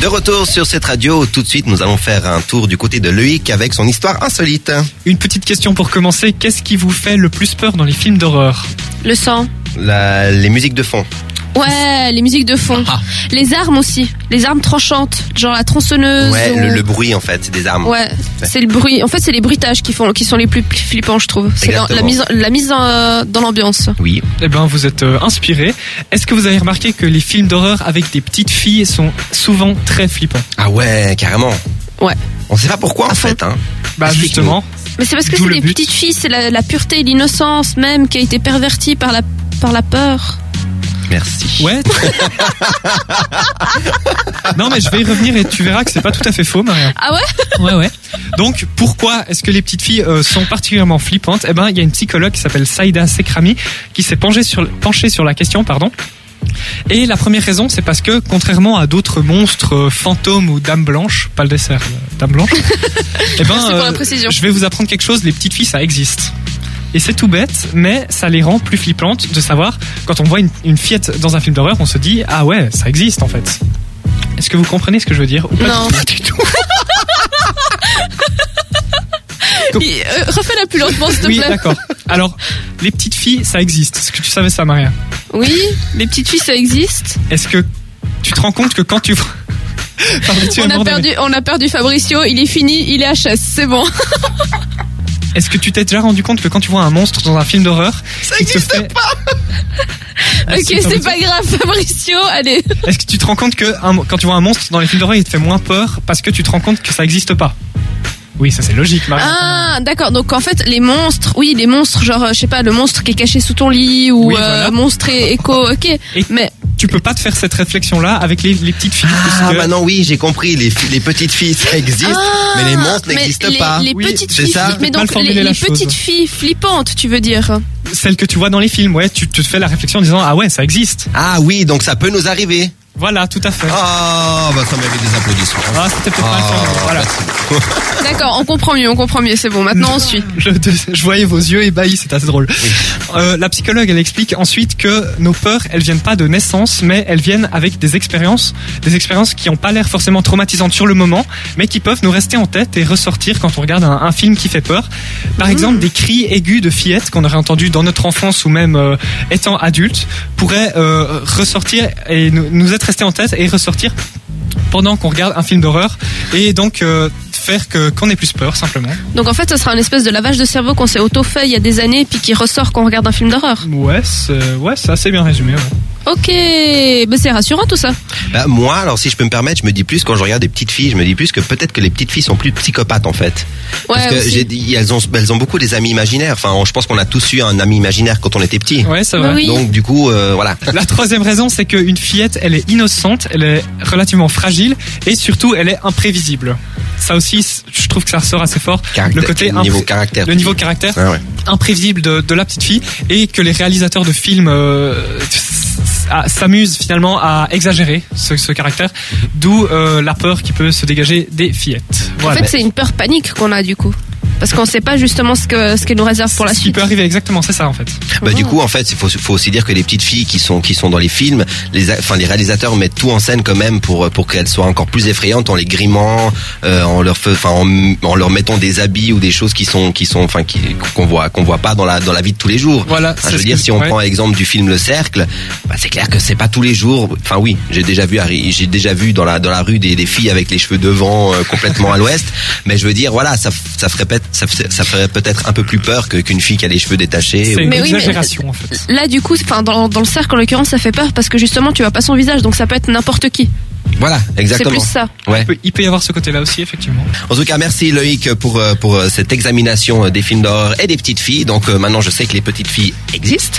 De retour sur cette radio, tout de suite nous allons faire un tour du côté de Loïc avec son histoire insolite. Une petite question pour commencer. Qu'est-ce qui vous fait le plus peur dans les films d'horreur Le sang. La- les musiques de fond. Ouais, les musiques de fond. Ah. Les armes aussi. Les armes tranchantes, genre la tronçonneuse. Ouais, ou- le, le bruit en fait des armes. Euh, Ouais, c'est le bruit. En fait, c'est les bruitages qui font, qui sont les plus pli- flippants, je trouve. C'est la, la Exactement. mise, la mise en- euh, dans l'ambiance. Oui. Eh bien, vous êtes euh, inspiré. Est-ce que vous avez remarqué que les films d'horreur avec des petites filles sont souvent très flippants Ah ouais, carrément. Ouais. On sait pas pourquoi en À fond. fait. Hein. Bah Explique-nous. justement, Mais c'est parce que D'où c'est le des but. petites filles, c'est la, la pureté et l'innocence même qui a été pervertie par la, par la peur. Merci. ouais. non mais je vais y revenir et tu verras que c'est pas tout à fait faux, Maria. Ah ouais Ouais ouais. Donc pourquoi est-ce que les petites filles euh, sont particulièrement flippantes Eh ben, il y a une psychologue qui s'appelle Saïda Sekrami qui s'est penchée sur penchée sur la question, pardon. Et la première raison, c'est parce que contrairement à d'autres monstres euh, fantômes ou dames blanches, pas le dessert, euh, dames blanches. eh ben, Merci pour la euh, précision. Je vais vous apprendre quelque chose, les petites filles, ça existe. Et c'est tout bête, mais ça les rend plus flippantes de savoir, quand on voit une, une fillette dans un film d'horreur, on se dit, ah ouais, ça existe en fait. Est-ce que vous comprenez ce que je veux dire ou pas Non. du tout. Et, euh, refais la plus lentement, s'il te Oui, plaît. d'accord. Alors, les petites filles, ça existe. Est-ce que tu savais ça, Maria Oui, les petites filles, ça existe. Est-ce que tu te rends compte que quand tu... Pardon, tu On m'as a, abandonné. perdu, on a perdu Fabricio, il est fini, il est HS, c'est bon. Est-ce que tu t'es déjà rendu compte que quand tu vois un monstre dans un film d'horreur, Ça il te existe. fait... Ah, ok, si, t'as c'est raison. pas grave, Fabricio, Ah, allez. Est-ce que tu te rends compte que un- quand tu vois un monstre dans les films d'horreur, il te fait moins peur parce que tu te rends compte que ça n'existe pas Oui, ça c'est logique, Marie. Ah, d'accord. Donc en fait, les monstres, oui, les monstres, genre, euh, je sais pas, le monstre qui est caché sous ton lit ou Oui, euh, voilà. monstre et écho, ok. Mais Tu peux pas te faire cette réflexion-là avec les, les petites filles. Ah parce que- maintenant oui, j'ai compris. Les, fi- les petites filles ça existe, mais les monstres Ah, mais n'existent les- pas. Les Oui, petites c'est filles, ça. mais Peut-être mal donc formuler les, la les chose. petites filles flippantes, tu veux dire Celles que tu vois dans les films, ouais, tu te fais la réflexion en disant ah ouais, ça existe. Ah oui, donc ça peut nous arriver. Voilà, tout à fait. Ah, bah ça m'avait des applaudissements. Ah, c'était peut-être mal formulé. Ah, Voilà. D'accord, on comprend mieux, on comprend mieux, c'est bon. Maintenant on suit. Je, je voyais vos yeux ébahis, c'est assez drôle. Euh, la psychologue, elle explique ensuite que nos peurs, elles viennent pas de naissance, mais elles viennent avec des expériences, des expériences qui n'ont pas l'air forcément traumatisantes sur le moment, mais qui peuvent nous rester en tête et ressortir quand on regarde un, un film qui fait peur. Par exemple, des cris aigus de fillettes qu'on aurait entendus dans notre enfance ou même euh, étant adulte pourraient euh, ressortir et nous, nous être restés en tête et ressortir pendant qu'on regarde un film d'horreur et donc euh, faire que qu'on ait plus peur simplement. Donc en fait, ce sera un espèce de lavage de cerveau qu'on s'est auto-fait il y a des années, puis qui ressort quand on regarde un film d'horreur. Ouais, c'est- ouais, ça c'est bien résumé. ouais. Ok, bah, c'est rassurant tout ça. Bah, moi, alors si je peux me permettre, je me dis plus quand je regarde des petites filles, je me dis plus que peut-être que les petites filles sont plus psychopathes en fait. Ouais, Parce que aussi. j'ai dit, elles ont, elles ont beaucoup des amis imaginaires. Enfin, on- je pense qu'on a tous eu un ami imaginaire quand on était petit. Ouais, ça Bah va. oui. Donc du coup, euh, voilà. La troisième raison, c'est qu'une fillette, elle est innocente, elle est relativement fragile et surtout, elle est imprévisible. Ça aussi, c- je trouve que ça ressort assez fort. Caractère- le côté impré- niveau caractère. le niveau caractère Ah ouais. imprévisible de, de la petite fille et que les réalisateurs de films euh, s- s- à- s'amusent finalement à exagérer ce, ce caractère, d'où euh, la peur qui peut se dégager des fillettes. en Voilà. fait, c'est une peur panique qu'on a du coup. Parce qu'on sait pas justement ce que ce qu'elle nous réserve pour la ce qui suite. peut arriver exactement, c'est ça en fait. Bah, du coup, en fait, il faut, faut aussi dire que les petites filles qui sont qui sont dans les films, les a- enfin les réalisateurs mettent tout en scène quand même pour pour qu'elles soient encore plus effrayantes en les grimant, euh, en leur feu- enfin en, en leur mettant des habits ou des choses qui sont qui sont enfin qui qu'on voit qu'on voit pas dans la dans la vie de tous les jours. Voilà. Enfin, c'est je veux ce dire, que- si on ouais. prend l'exemple du film Le Cercle, bah, c'est clair que c'est pas tous les jours. Enfin oui, j'ai déjà vu, arri- j'ai déjà vu dans la dans la rue des, des filles avec les cheveux devant euh, complètement à l'ouest. Mais je veux dire, voilà, ça f- ça ferait peut-être ça, f- ça ferait peut-être un peu plus peur que qu'une fille qui a les cheveux détachés. C'est une Mais oui, mais- exagération en fait. Là, du coup, enfin, dans, dans le cercle, en l'occurrence, ça fait peur parce que justement, tu vois pas son visage, donc ça peut être n'importe qui. Voilà, C'est plus exactement. ça. Ouais. Il peut- Il peut y avoir ce côté-là aussi, effectivement. En tout cas, merci Loïc pour euh, pour euh, cette examination euh, des films d'horreur et des petites filles. Donc euh, maintenant, je sais que les petites filles existent.